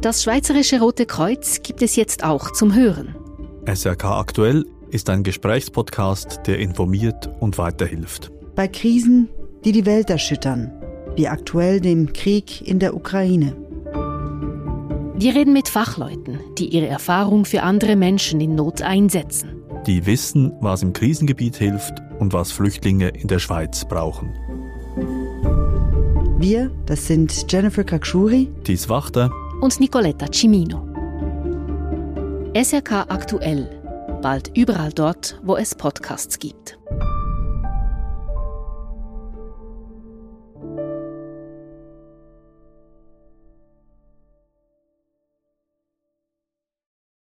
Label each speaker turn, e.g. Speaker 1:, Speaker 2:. Speaker 1: Das Schweizerische Rote Kreuz gibt es jetzt auch zum Hören.
Speaker 2: SRK Aktuell ist ein Gesprächspodcast, der informiert und weiterhilft.
Speaker 3: Bei Krisen, die die Welt erschüttern, wie aktuell dem Krieg in der Ukraine.
Speaker 1: Wir reden mit Fachleuten, die ihre Erfahrung für andere Menschen in Not einsetzen.
Speaker 2: Die wissen, was im Krisengebiet hilft und was Flüchtlinge in der Schweiz brauchen.
Speaker 3: Wir, das sind Jennifer Kakshuri,
Speaker 2: Dies Wachter,
Speaker 1: Und Nicoletta Cimino. SRK aktuell. Bald überall dort, wo es Podcasts gibt.